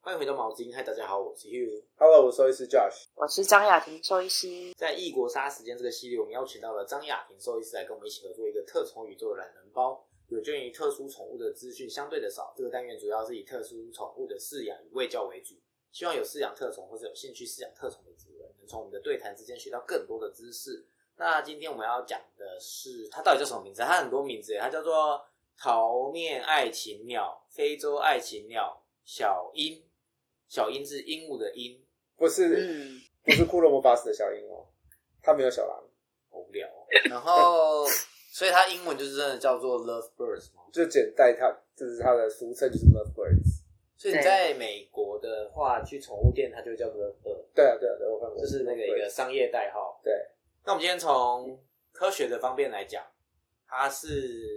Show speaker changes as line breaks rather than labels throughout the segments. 欢迎回到毛巾，嗨，大家好，我是 Hugh。
Hello，我兽医师 Josh。
我是张雅婷兽医师。
在异国杀时间这个系列，我们邀请到了张雅婷兽医师来跟我们一起合作一个特宠宇宙的懒人包，有关于特殊宠物的资讯相对的少。这个单元主要是以特殊宠物的饲养与喂教为主，希望有饲养特宠或者有兴趣饲养特宠的主人，能从我们的对谈之间学到更多的知识。那今天我们要讲的是，它到底叫什么名字？它很多名字耶，它叫做桃面爱情鸟、非洲爱情鸟、小鹰。小鹰是鹦鹉的鹰，
不是、
嗯，
不是库洛魔法使的小鹰哦，它没有小狼，
好无聊、哦。 然后，所以它英文就是真的叫做 Love Birds 嘛。
就简代它，这是它的俗称，就是 Love Birds。
所以你
对
在美国的话，去宠物店它就叫 Love Bird，
对啊，对啊，对啊我看过，
就是那个
Love
一
Birds
个商业代号。
对，
那我们今天从科学的方面来讲，它是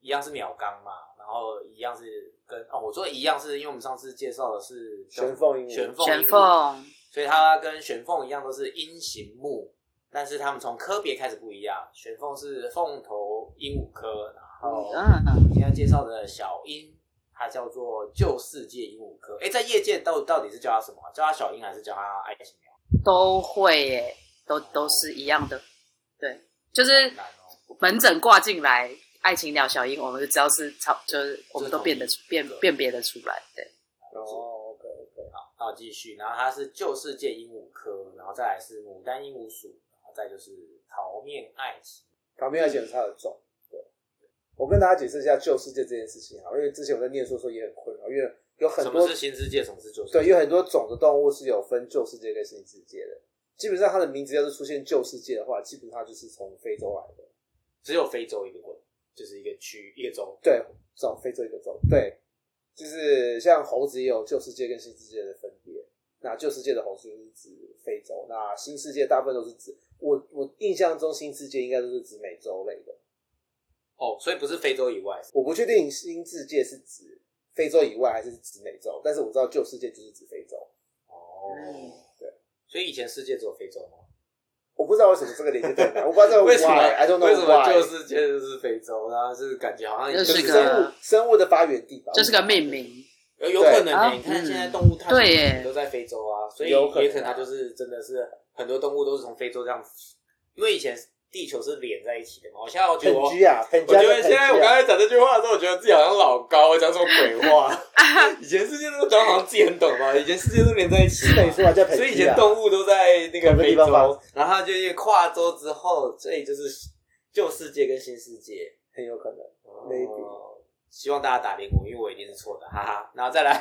一样是鸟纲嘛，然后一样是跟哦，我说一样是因为我们上次介绍的是叫
玄凤鹦鹉
玄凤鹦鹉
玄凤，
所以它跟玄凤一样都是鹰形目，但是它们从科别开始不一样。玄凤是凤头鹦鹉科，然后
嗯，
今天介绍的小鹰，它叫做旧世界鹦鹉科。哎、在业界到到底是叫它什么啊？叫它小鹰还是叫它爱情鸟？
都会耶，都都是一样的。对，就是
很难哦。
门诊挂进来，爱情鸟小鹰，我们就知道是超，就是我们都辨得出辨辨别得出来。对，
哦，OK OK，
好，那我继续。然后它是旧世界鹦鹉科，然后再来是牡丹鹦鹉属，然后再就是桃面爱情。
旁边要检查它的种。对，我跟大家解释一下旧世界这件事情好，因为之前我在念书的时候也很困扰，因为有很
什
多
么是新世界？什么是旧世界？
对，有很多种的动物是有分旧世界跟新世界的。基本上它的名字要是出现旧世界的话，基本上就是从非洲来的。
只有非洲一个国，就是一个区一个州。
对，走非洲一个州，对，就是像猴子也有旧世界跟新世界的分别。那旧世界的猴子就是指非洲，那新世界大部分都是指我我印象中新世界应该都是指美洲类的。
哦，所以不是非洲以外。
我不确定新世界是指非洲以外还是指美洲，但是我知道旧世界就是指非洲。
哦，
嗯
对。
所以以前世界只有非洲吗？
我不知道为什么这个连接太难，我不知道这个
为什么
why，I don't know
为什么
why。
旧世界就是非洲？然后是感觉好像
就
就是
是
生物
个
生物的发源地吧，
这是个命名。
呃有有可能呢、
啊
你看
嗯
现在动物探索
对耶
都在非洲啊，所以
有可能啊
也可能它就是真的是很多动物都是从非洲这样，因为以前地球是连在一起的嘛。我现在我觉得我，我
Pangea，Pangea 的 Pangea。很啊
觉得现在我刚才讲这句话的时候，我觉得自己好像老高，我讲什么鬼 话？以前世界都讲好像自己很懂嘛，以前世界都连在一起
西
嘛
北说完叫 Pangea，
所以以前动物都在那个
啊同个
非
地方发
洲，然后它就是跨洲之后，所以就是旧世界跟新世界。
很有可能。
哦希望大家打脸我，因为我一定是错的，哈哈。 然后再来，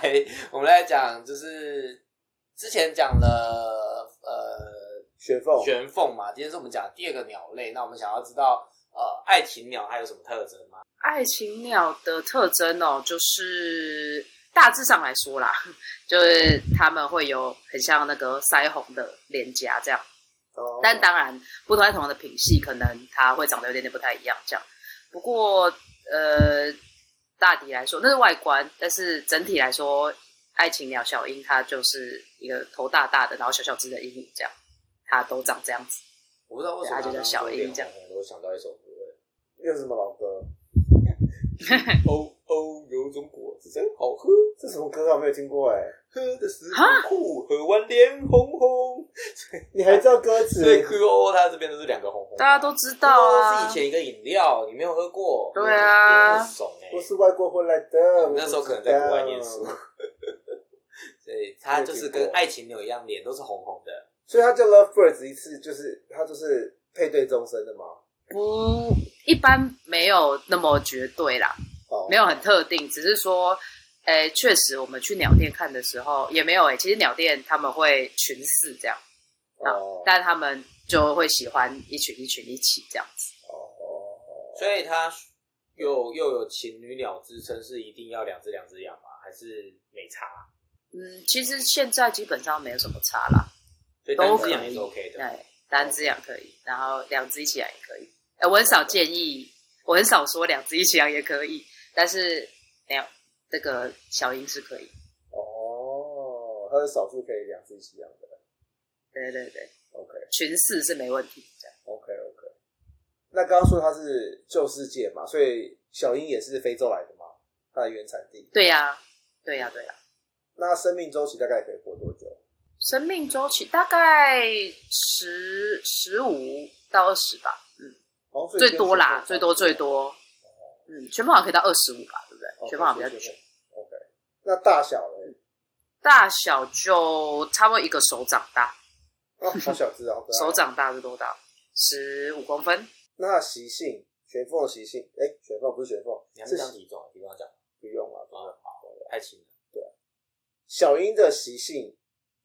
我们来讲就是之前讲了呃
玄凤，
玄凤嘛，今天是我们讲第二个鸟类，那我们想要知道呃爱情鸟它有什么特征吗？
爱情鸟的特征哦，就是大致上来说啦， 就是它们会有很像那个腮红的脸颊这样。
哦
但当然，不同在同样的品系，可能它会长得有点点不太一样。这样，不过呃，大体来说那是外观，但是整体来说，爱情鸟小鹰它就是一个头大大的，然后小小只的鹦鹉这样，它都长这样子。
我不知道为什么
它就叫
刚刚
小鹰这样
说脸红红的，我想到一首歌，
又是什么老歌？
哦哦，有种果子真好喝，
这什么歌啊？我没有听过哎、
喝的时候酷，喝完脸红红。
你还知道歌词
所？以 Q O 它这边都是两个红红的，
大家都知道啊，
Q O 是以前一个饮料，你没有喝过？
对啊
很怂哎、
我是外国回来的。我
那时候可能在国外念书，所以它就是跟爱情牛一样，脸都是红红的。
所以他叫 Love Birds 一次就是他就是配对终身的嘛。
不一般没有那么绝对啦，
哦，
没有很特定，只是说，诶、确实我们去鸟店看的时候也没有诶、其实鸟店他们会群饲这样，
哦
但他们就会喜欢一群一群一起这样子。
哦哦，
所以它又又有情侣鸟之称，是一定要两只两只养吗？还是没差？
嗯，其实现在基本上没有什么差啦，
所以单只养也是 OK 的。
对，单只养可以，然后两只一起养也可以。诶、我很少建议，我很少说两只一起养也可以，但是没有这个小鹰是可以。
哦，他是少数可以两只一起养的。
对对对，
OK
群饲是没问题这样。
OK OK。那刚刚说他是旧世界嘛，所以小英也是非洲来的嘛，他的原产地。
对呀、对呀、对呀、
那它生命周期大概可以活多久？
生命周期大概十十五到二十吧，嗯，
哦，所以
最多啦，
跟
最多最多，嗯，全部好像可以到二十五吧，对不对？
哦
全部好像比较久。。
OK，那大小嘞？
大小就差不多一个手掌大，
哦，好小只
啊
哦，
手
掌。
掌大是多大？十五公分，
那它的习性，玄凤的习性，哎，玄凤不是玄凤
你还，没
是
讲体重啊，体重要讲
不用了。不用
啊，好，太轻了。
小鹰的习性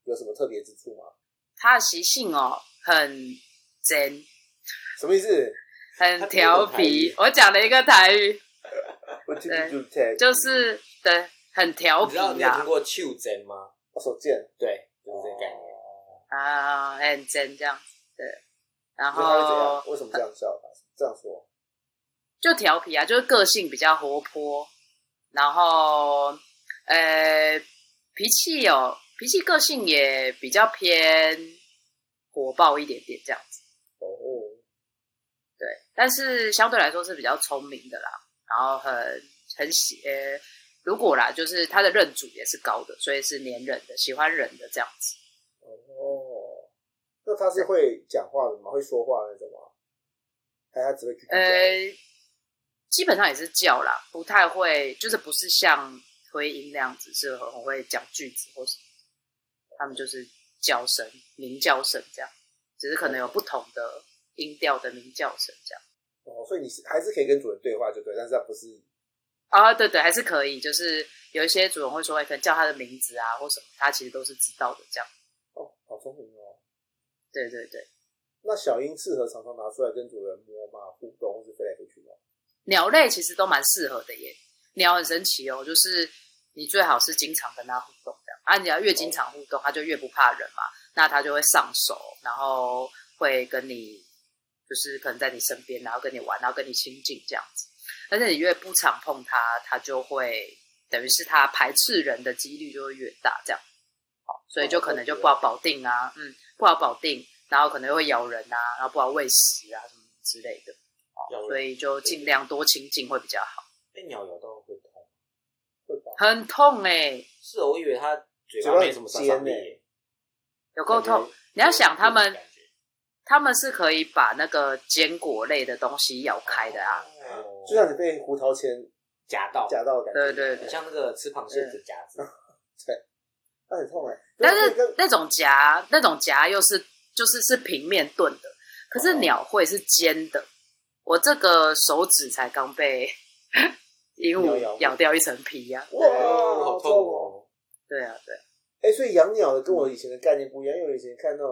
有什么特别之处吗？
它的习性哦，很真，
什么意思？
很调
它不是
皮
台语。
我讲了一个台语，
我就
对
就 t
就是对，很调
你
皮
知道你有听
啦，
过袖珍吗？
我哦手贱，
对，就是这个概念。
啊，很真这样子，对。然
那它会怎样
后？
为什么这样叫它？这样说？
就调皮啊，就是个性比较活泼，然后呃脾气哦，脾气个性也比较偏火爆一点点这样子，
哦，
对。但是相对来说是比较聪明的啦，然后很很喜呃，如果啦，就是他的认主也是高的，所以是黏人的，喜欢人的这样子。
哦，那它是会讲话的吗？会说话的那种吗？还是它只会咕咕叫？
呃，基本上也是叫啦，不太会，就是不是像回音那样子，是很很会讲句子或是他们就是叫声、鸣叫声这样，只是可能有不同的音调的鸣叫声这样。
哦，所以你是还是可以跟主人对话，就对，但是它不是
啊，对对，还是可以，就是有一些主人会说，哎，可能叫他的名字啊或什么，他其实都是知道的这样。
哦，好聪明哦。
对对对，
那小鹰适合常常拿出来跟主人摸嘛、互动，或是飞来飞去吗？
鸟类其实都蛮适合的耶。鸟很神奇哦，就是你最好是经常跟它互动这样啊，你要越经常互动，它就越不怕人嘛，那它就会上手，然后会跟你就是可能在你身边，然后跟你玩，然后跟你亲近这样子。但是你越不常碰它，它就会等于是它排斥人的几率就会越大这样。好，所以就可能就不好保定啊，嗯，不好保定，然后可能会咬人啊，然后不好喂食啊什么之类的。
哦
咬人
所以就尽量多亲近会比较好。
被鸟咬到会痛。
会吧？
很痛哎、
是哦，我以为它嘴
嘴巴
巴没什么杀伤
很尖
力
欸
耶，
有够
感
痛
觉。
你要想他们
有，
他们是可以把那个坚果类的东西咬开的啊。
这种感觉，哦
就像你被胡桃钳
夹到，
夹嗯到的感觉，
对对对
很，像那个吃螃蟹的夹子，
那很痛哎、
但
可
是
跟
那种夹，那种夹又是就是是平面钝的，可是鸟会是尖的。我这个手指才刚被鹦
鸟咬
鹉
过
咬掉一层皮呀、
哇，
哦好痛
哦！
哦。
对啊，对啊，
哎、所以养鸟的跟我以前的概念不一样，因为我以前看到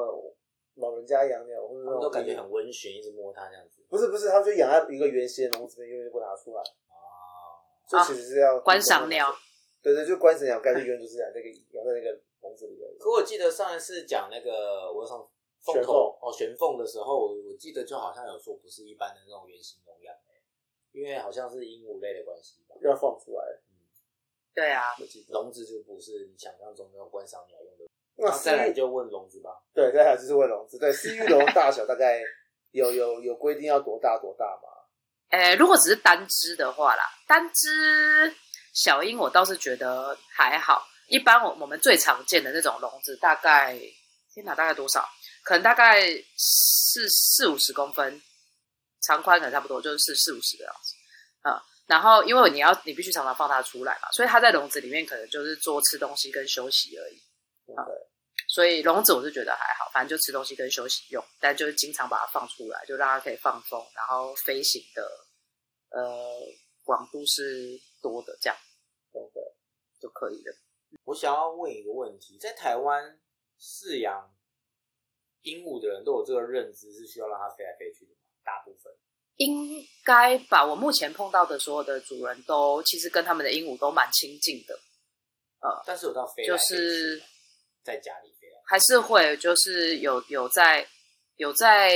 老人家养鸟，或
他
者那
们
种
都感觉很温驯，一直摸它这样子。
不是不是，他们就养在一个圆形的笼子里面，永远不拿出来，
啊，
所以其实是要、
观赏鸟。
对对，就观赏鸟，感觉永远就是养那个养在那个笼子里而已。
可我记得上一次讲那个我上
玄
凤
凤
头哦玄凤的时候，我我记得就好像有说不是一般的那种圆形笼养的，欸因为好像是鹦鹉类的关系吧，
要放出来，
对啊，
我记得笼子就不是你想象中那种观赏鸟用的。
那
然后
私
啊再来
域
就问笼子吧，
对，再来就是问笼子，对，私域笼大小大概有有有规定要多大多大嘛？
诶，呃如果只是单只的话啦，单只小鹰我倒是觉得还好。一般我我们最常见的那种笼子，大概天哪，大概多少？可能大概四四五十公分，长宽可能差不多，就是四四五十的样子。嗯，然后因为你要你必须常常放它出来嘛，所以它在笼子里面可能就是做吃东西跟休息而已。
对不
啊
对？
所以笼子我是觉得还好，反正就吃东西跟休息用，但就是经常把它放出来，就让它可以放风，然后飞行的呃广度是多的，这样
对对。
就可以了。
我想要问一个问题，在台湾饲养鹦鹉的人都有这个认知，是需要让它飞来飞去的吗？大部分
应该吧，我目前碰到的所有的主人都其实跟他们的鹦鹉都蛮亲近的，
但是有到飞来飞去吗
就是
在家里飞来啊
还是会就是有有在有在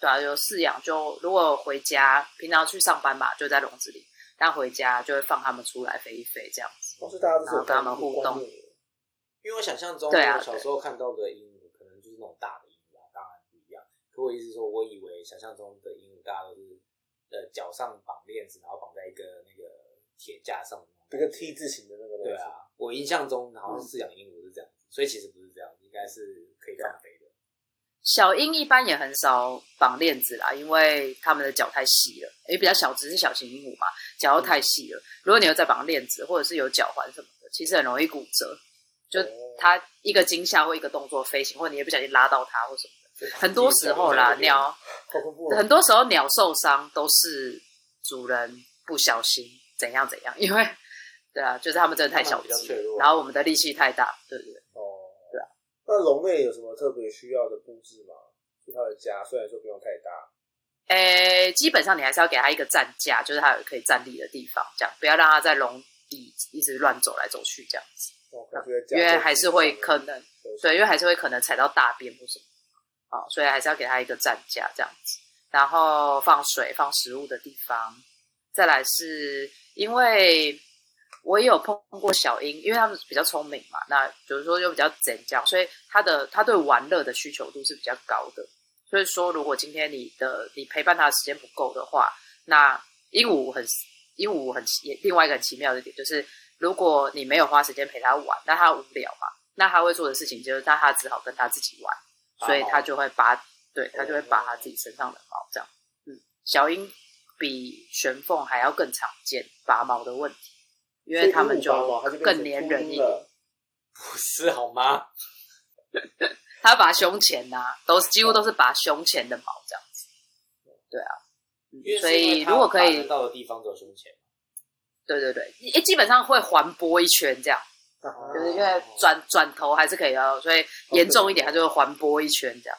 对啊有饲养，就如果回家平常去上班嘛，就在笼子里，但回家就会放它们出来飞一飞这样子。
哦，所以大家都是
然后
有
跟他们互动
观念的
因为我想象中，
对啊
我小时候看到的鹦鹉可能就是那种大的鹦鹉啊，当然不一样。可我意思是说，我以为想象中的鹦鹉大家都是呃脚上绑链子，然后绑在一个那个铁架上面，
一个 T 字形的那个笼东
对
西。
啊，嗯我印象中好像饲养鹦鹉是这样子，所以其实不是这样，应该是可以放飞的。
小鹰一般也很少绑链子啦，因为它们的脚太细了，因为比较小只是小型鹦鹉嘛，脚又太细了。如果你有再绑链子，或者是有脚环什么的，其实很容易骨折。就
哦
它一个惊吓或一个动作飞行，或你也不小心拉到它或什么
对
的，很多时候啦，鸟
好恐怖哦，
很多时候鸟受伤都是主人不小心怎样怎样，因为对啊，就是它们真的太小
它们比较
只
脆弱，
然后我们的力气太大，对不对？
哦，
对
啊。那笼内有什么特别需要的布置吗？就它的家虽然说不用太大，
诶，呃基本上你还是要给它一个站架，就是它有可以站立的地方，这样不要让它在笼底一直乱走来走去这样子，
哦我感觉
因为还是会可能
对
对，因为还是会可能踩到大便或什么啊、所以还是要给它一个站架这样子，然后放水、放食物的地方，再来是因为我也有碰过小鹰，因为他们比较聪明嘛，那有时候又比较怎样，所以它的它对玩乐的需求度是比较高的。所以说，如果今天你的你陪伴它的时间不够的话，那鹦鹉很鹦鹉很奇也另外一个很奇妙的点就是，如果你没有花时间陪它玩，那它无聊嘛，那它会做的事情就是，那它只好跟它自己玩，
拔毛
所以它就会拔，对，它就会拔它自己身上的毛，这样。嗯，小鹰比玄凤还要更常见拔毛的问题，因为它们就更粘人一点。
点。
不是好吗？
他拔胸前呐、都是几乎都是拔胸前的毛这样子。对啊，
哦因为
嗯所
是因
以
为它
如果可
拔得
以，
到的地方只有胸前，
对对对，诶基本上会环拨一圈这样，
啊
哦就是因为转转头还是可以要，所以严重一点，它就会环拨一圈这样。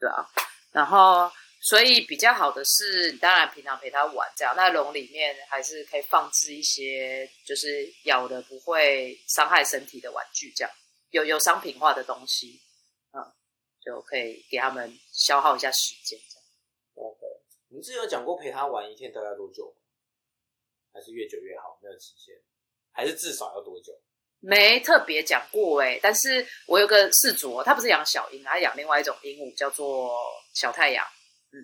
对啊，然后所以比较好的是，当然平常陪它玩这样，那笼里面还是可以放置一些就是咬了不会伤害身体的玩具这样，有有商品化的东西，嗯，就可以给他们消耗一下时间这样。
OK，
你们之前有讲过陪它玩一天大概多久吗？还是越久越好，没有期限？还是至少要多久？
没特别讲过哎、但是我有个事主哦，他不是养小鹰，他养另外一种鹦鹉叫做小太阳，嗯，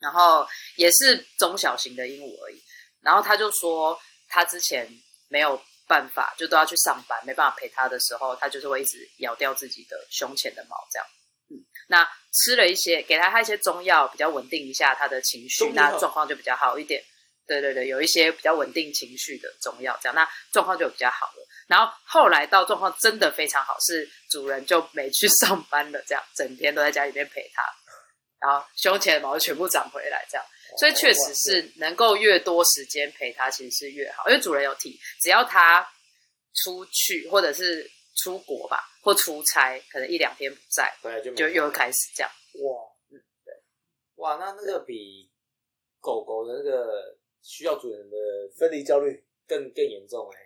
然后也是中小型的鹦鹉而已。然后他就说，他之前没有办法，就都要去上班，没办法陪他的时候，他就是会一直咬掉自己的胸前的毛这样。嗯，那吃了一些，给他他一些中药，比较稳定一下他的情绪
中，药
那状况就比较好一点。对对对，有一些比较稳定情绪的中药，这样那状况就比较好了。然后后来到状况真的非常好，是主人就没去上班了，这样整天都在家里面陪他，然后胸前的毛就全部长回来，这样。所以确实是能够越多时间陪它，其实是越好。因为主人有提，只要它出去或者是出国吧，或出差，可能一两天不在，
回来就没
就又开始这样。
哇，
哇，那那个比狗狗的那个需要主人的
分离焦虑
更更严重哎、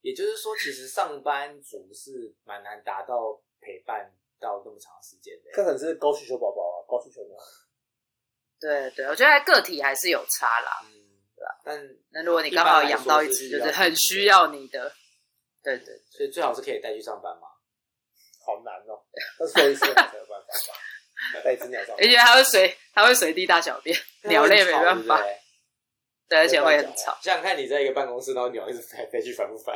也就是说，其实上班族是蛮难达到陪伴到那么长时间的欸、
看可能是高需求宝宝啊，高需求鸟。
对对，我觉得个体还是有差啦。
嗯，对吧？但
那如果你刚好养到一只，就是很需要你的，对对
所以最好是可以带去上班嘛。
好难哦，那所以是才有办法吧？带一只鸟上
而且它会随它会随地大小便，鸟类没办
对
法，
不对
对，而且会很吵。
想想看，你在一个办公室，然后鸟一直飞飞去烦不烦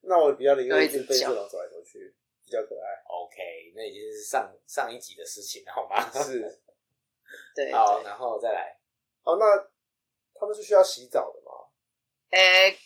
那我比较宁愿一只被这种走来走去，比较可爱。
？OK，那已经是上上一集的事情了，好吗？
是
对，
好，然后再来，
哦，那他们是需要洗澡的吗？
诶、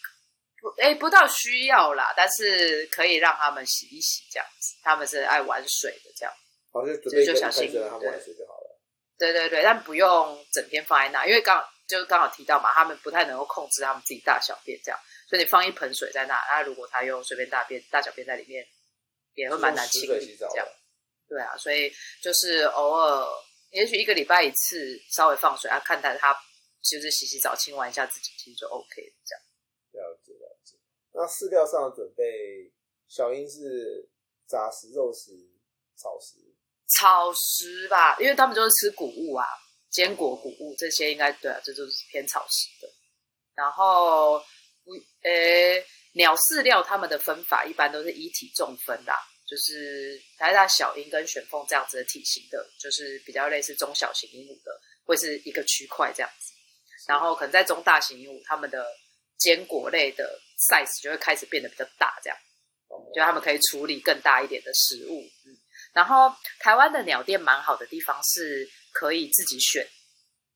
不，诶、不到需要啦，但是可以让他们洗一洗这样子，他们是爱玩水的这样。
好，就准备一个
就小
开
心
水让他们玩水就好了。
对对对，但不用整天放在那，因为刚就刚好提到嘛，他们不太能够控制他们自己大小便这样，所以你放一盆水在那，那如果他又随便大便大小便在里面，也会蛮难清
用
理
湿水洗澡
这样。
的。
对啊，所以就是偶尔，也许一个礼拜一次稍微放水啊，看他他就是洗洗澡，清完一下自己，其实就 OK 了这样。
了解了解。那饲料上的准备，小鹰是杂食、肉食、草食。
草食吧，因为他们就是吃谷物啊，坚果、谷物这些应该对啊，这就是偏草食的。然后不，呃、鸟饲料它们的分法一般都是以体重分啦，就是台大小鹰跟玄凤这样子的体型的，就是比较类似中小型鹦鹉的，会是一个区块这样子。然后可能在中大型鹦鹉，它们的坚果类的 size 就会开始变得比较大，这样
哦
就他们可以处理更大一点的食物。嗯，然后台湾的鸟店蛮好的地方是可以自己选，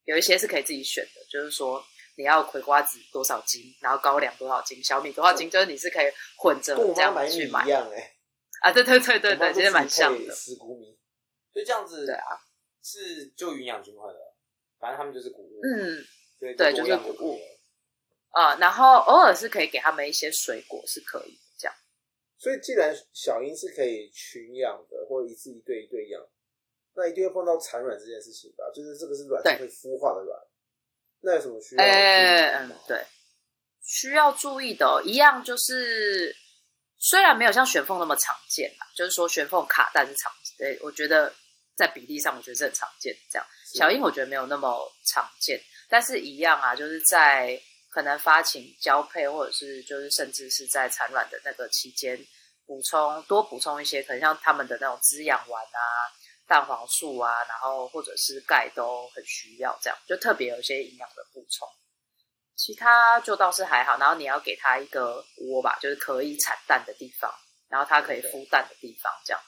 有一些是可以自己选的，就是说。你要葵瓜子多少斤，然后高粱多少斤，小米多少斤，就是你是可以混着
跟我
这
妈
样
买米
去
一
买
样哎、欸，
啊！对对对对
我妈
对，
都
其实蛮像
自己
的
配。石谷米，
所以这样子
对啊，
是就营养均衡了。反正他们就是谷物，
嗯，
对
对
就
就
多
是
样
谷
就可以
物
了
啊，然后偶尔是可以给他们一些水果，是可以这样。
所以既然小鹰是可以群养的，或一次一对一对养，那一定会碰到产卵这件事情吧？就是这个是卵
对
是会孵化的卵，那有什么需要？
哎、嗯，，对，需要注意的哦、一样就是，虽然没有像玄凤那么常见啦，就是说玄凤卡蛋是常，对我觉得在比例上，我觉得是很常见的这样。小鹰我觉得没有那么常见，但是一样啊，就是在可能发情、交配，或者是就是甚至是在产卵的那个期间，补充多补充一些，可能像他们的那种滋养丸啊、蛋黄素啊，然后或者是钙都很需要，这样就特别有一些营养的补充。其他就倒是还好，然后你要给它一个窝吧，就是可以产蛋的地方，然后它可以孵蛋的地方，这样。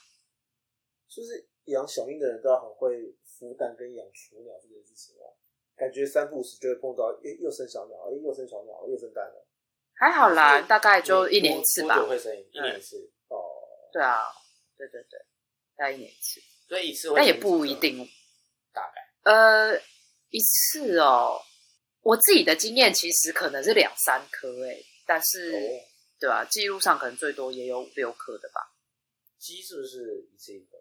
就是养小鹰的人都要很会孵蛋跟养雏鸟这件事情啊。感觉三不五时就会碰到，诶、又生小鸟，诶、又生小鸟，又生蛋了。
还好啦，
是
大概就
嗯
一年
多
一次
多
吧
久。会生一年一次？
哦，
对啊，对对对，大概一年一次。
所以一次会
但也
生几
不
个
一，定，
大概
呃，一次哦，我自己的经验其实可能是两三颗哎，但是、
哦
对啊，记录上可能最多也有五六颗的吧，
鸡是不是一次一 个？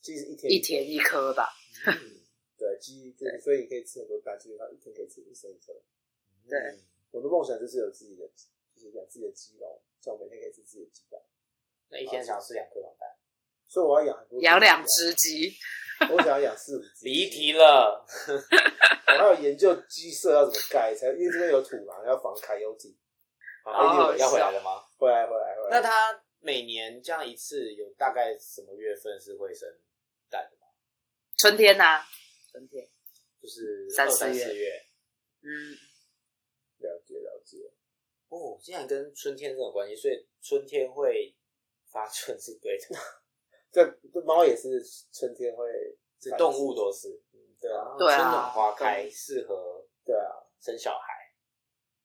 鸡是一天
一天一颗吧，
嗯
对鸡，就是所以你可以吃很多蛋，基本上一天可以吃一生一颗。
对
嗯
我的梦想就是有自己的，就是养自己的鸡笼，这样我每天可以吃自己的鸡蛋。
那一天想吃两颗黄蛋，
所以我要养 很多，啊
养两，只鸡，
我想要养四五只。
离，题 了。
我还要研究鸡舍要怎么盖，才因为这边有土壤，要防卡油井。
好好
好，要回来
笑
了吗？
回来，回来，回来。
那它每年这样一次，有大概什么月份是会生蛋的吗？
春天呐、春天，
就是
三
二
四
三
月
四月。
嗯，
了解了解，
哦，竟然跟春天这种关系，所以春天会发春是对的，
这这猫也是春天会
这
繁殖
动物都是。嗯
啊对啊，
对啊
春暖花开适合
对啊，
生小孩。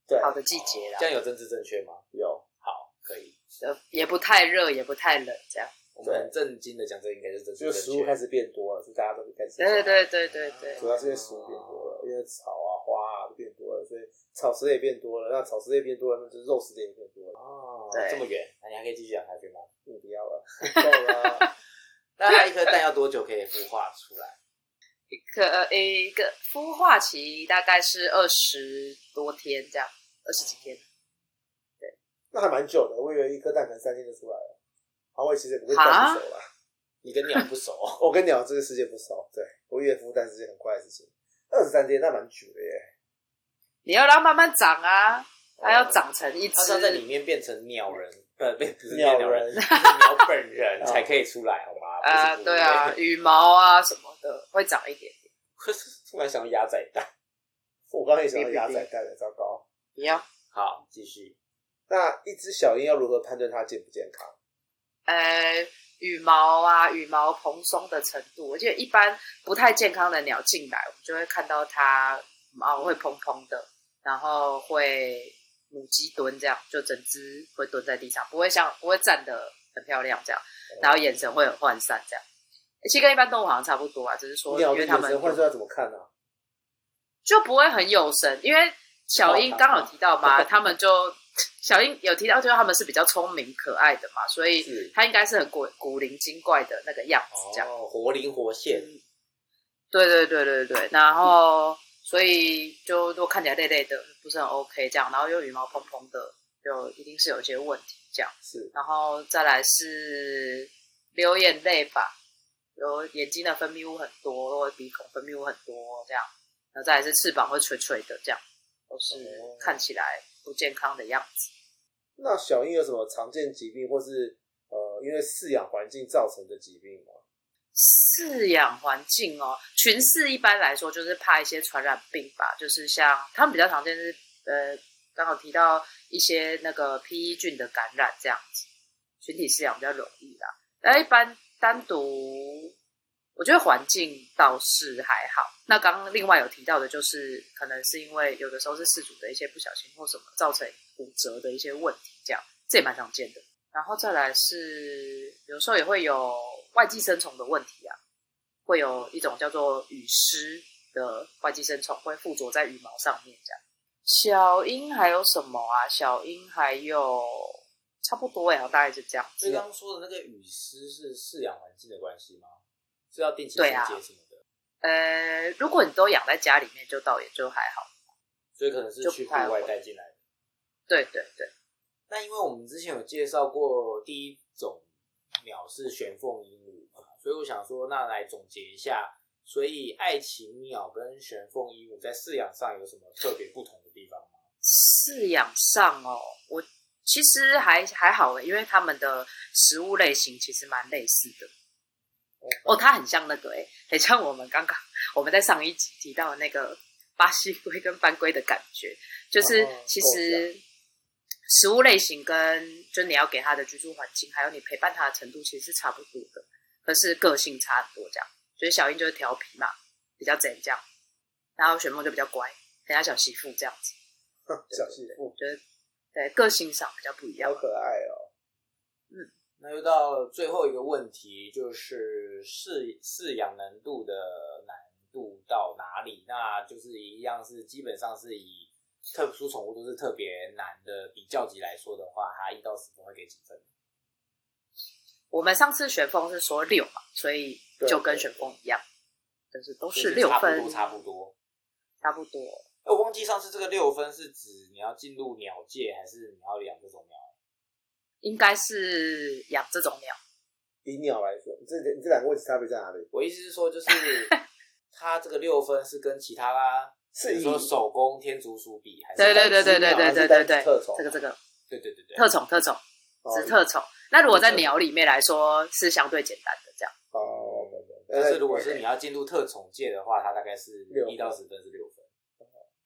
对，
好的季节
这
啦，
样有政治正确吗？
有
好，可以。
呃也不太热，也不太冷，这样，
我们很震惊的讲，这应该是政治
就
正确。
食物开始变多了，所以大家都开始
对对对对对，
哦主要是因为食物变多了，因为草啊、花啊都变多了，所以草食类变多了。那草食类变多了，那就是肉食类也变多了。
哦，
对
这么远，那你还可以继续讲下去吗？
你不要了，够了。啊
那它一 颗蛋要多久可以孵化出来？
一个呃一个孵化期大概是二十多天这样，二十几天。
那还蛮久的，我以为一颗蛋可能三天就出来了。啊，我其实也不跟蛋不熟啦，
你跟鸟不熟哦，
我跟鸟这个世界不熟。对，我以为孵蛋是件很快的事情，二十三天那蛮久的耶。
你要让它慢慢长啊，它要长成一
它
只
是要在里面变成鸟人，呃，不不是
鸟
鸟人，
人
就是鸟本人才可以出来，好吗？
啊、
不是哺乳类
对啊，。羽毛啊什么的会长一点点。
可是 突然想到鸭仔蛋，
我刚刚也想到鸭仔 蛋了，糟糕。
你要
好，继续。
那一只小鹰要如何判断它健不健康？
呃羽毛啊，羽毛蓬松的程度，我觉得一般不太健康的鸟进来，我们就会看到它毛会蓬蓬的，然后会母鸡蹲这样，就整只会蹲在地上，不会像不会站的很漂亮这样，然后
嗯
眼神会很涣散这样。其实跟一般动物好像差不多啊，只是说
鸟
因为
的眼
它们
神换算要怎么看呢、啊
就不会很有神，因为小
哦
英刚好提到嘛，他们就小英有提到，就是他们是比较聪明可爱的嘛，所以
是
他应该是很古古灵精怪的那个样子这样。
哦，活灵活现，
嗯对对对对对，然后所以就都看起来累累的，不是很 OK 这样，然后又羽毛蓬蓬的，就一定是有一些问题这样。
是
然后再来是流眼泪吧，有眼睛的分泌物很多，或者鼻孔分泌物很多这样，然后再来是翅膀会垂垂的这样，都是
哦
看起来不健康的样子。
那小鹰有什么常见疾病，或是呃因为饲养环境造成的疾病吗？
饲养环境哦，群饲一般来说就是怕一些传染病吧，就是像他们比较常见是呃，刚好提到一些那个 P E 菌的感染这样子，群体饲养比较容易啦。但一般单独，我觉得环境倒是还好。那刚刚另外有提到的，就是可能是因为有的时候是饲主的一些不小心或什么造成骨折的一些问题，这样这也蛮常见的。然后再来是有时候也会有外寄生虫的问题啊，会有一种叫做羽虱的外寄生虫会附着在羽毛上面这样。小鹰还有什么啊？小鹰还有差不多哎、好像大概就这样
所以
子。
刚刚说的那个雨湿是饲养环境的关系吗？是要定期清
对啊
洁什么的，
呃，如果你都养在家里面，就倒也就还好。
所以可能是
就不
去户
太
外
会
带进来的。
对对对，
那因为我们之前有介绍过第一种鸟是玄凤鹦鹉嘛，所以我想说，那来总结一下，所以爱情鸟跟玄凤鹦鹉在饲养上有什么特别不同的地方吗？
饲养上哦，我其实还还好欸诶，因为它们的食物类型其实蛮类似的。哦，它很像那个诶，很像我们刚刚我们在上一集提到的那个巴西龟跟斑龟的感觉，就是
哦
其
够
实食物类型跟就你要给它的居住环境，还有你陪伴它的程度，其实是差不多的，可是个性差很多这样。所以小英就是调皮嘛，比较怎这样，然后玄梦就比较乖，很像小媳妇这样子。哦
小媳妇
觉得对个性上比较不一样
好。可爱哦、
那又到最后一个问题，就是饲饲养难度的难度到哪里？那就是一样是基本上是以特殊宠物都是特别难的比较级来说的话，它一到十分会给几分？
我们上次旋风是说六嘛，所以就跟旋风一样，就是都
就是
六分，
差不多差不多。
差不多
哎，我忘记上次这个六分是指你要进入鸟界，还是你要养这种鸟？
应该是养这种鸟。
以鸟来说，这你这两个位置差别在哪里？
我意思是 说，就是它这个六分是跟其他，
是
比如
以
说手工天竺鼠比，还是
对对对对对对对对
还是
对，
特种
这个这个
对对对啊对，
特宠特宠
哦
是特宠。那如果在鸟里面来说，是相对简单的这样。
哦，
但是如果是你要进入特宠界的话，它大概是
六分
一到十呃分是六分。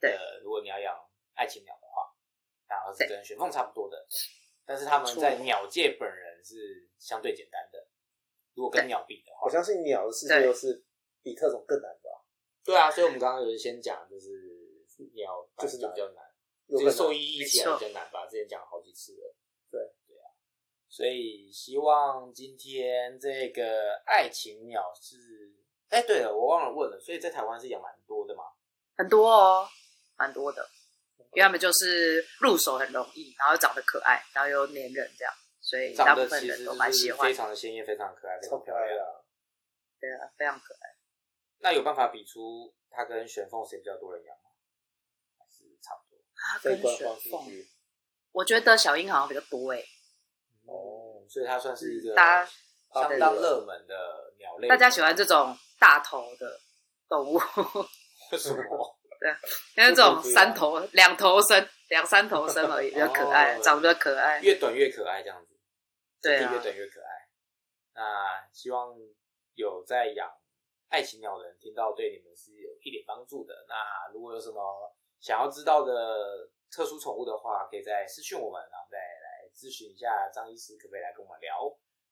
对
呃，如果你要养爱情鸟的话，然后是跟玄凤差不多的，但是他们在鸟界本人是相对简单的。如果跟
对
鸟比的话
我，相信鸟的世界
对
又是比特种更难吧，
对啊，所以我们刚刚有先讲，就是鸟
就是
就
难
比较难，
又
这
更
个
难
兽医一起来
没
比
错
较难吧，之前讲了好几次了。
对
对啊，所以希望今天这个爱情鸟是，哎，对了，我忘了问了，所以在台湾是养蛮多的嘛。
很多哦，蛮多的，因为他们就是入手很容易，然后长得可爱，然后又粘人这样，所以大
长
部
得
分
其
人
实
都
就
蛮喜
是
欢
非，常的鲜艳，非常可爱，非
超
常
可
漂
爱
亮。
的。
对啊，非常可爱。
那有办法比出它跟玄凤谁比较多人养吗？还是差不多？
它
非
跟
官
玄
方数
凤
据
我觉得小樱好像比较多诶、
哦，所以它算是一个
大家
相当热门的鸟类。
大家喜欢这种大头的动物，
为什 么？
因为这种三头、两头身、两三头身而已，比较可爱，
哦
长得比较可爱。
越短越可爱这样子，
对
越
啊，
短越可爱。那希望有在养爱情鸟的人听到，对你们是有一点帮助的。那如果有什么想要知道的特殊宠物的话，可以再私讯我们，然后再来咨询一下张医师，可不可以来跟我们聊？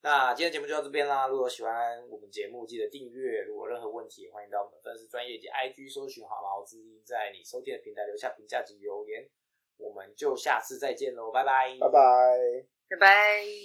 那今天节目就到这边啦。如果喜欢我们节目，记得订阅。如果有任何问题，也欢迎到我们的粉丝专业及 IG 搜寻“好毛之音”，在你收听的平台留下评价及留言。我们就下次再见喽，拜拜，
拜拜。
拜拜。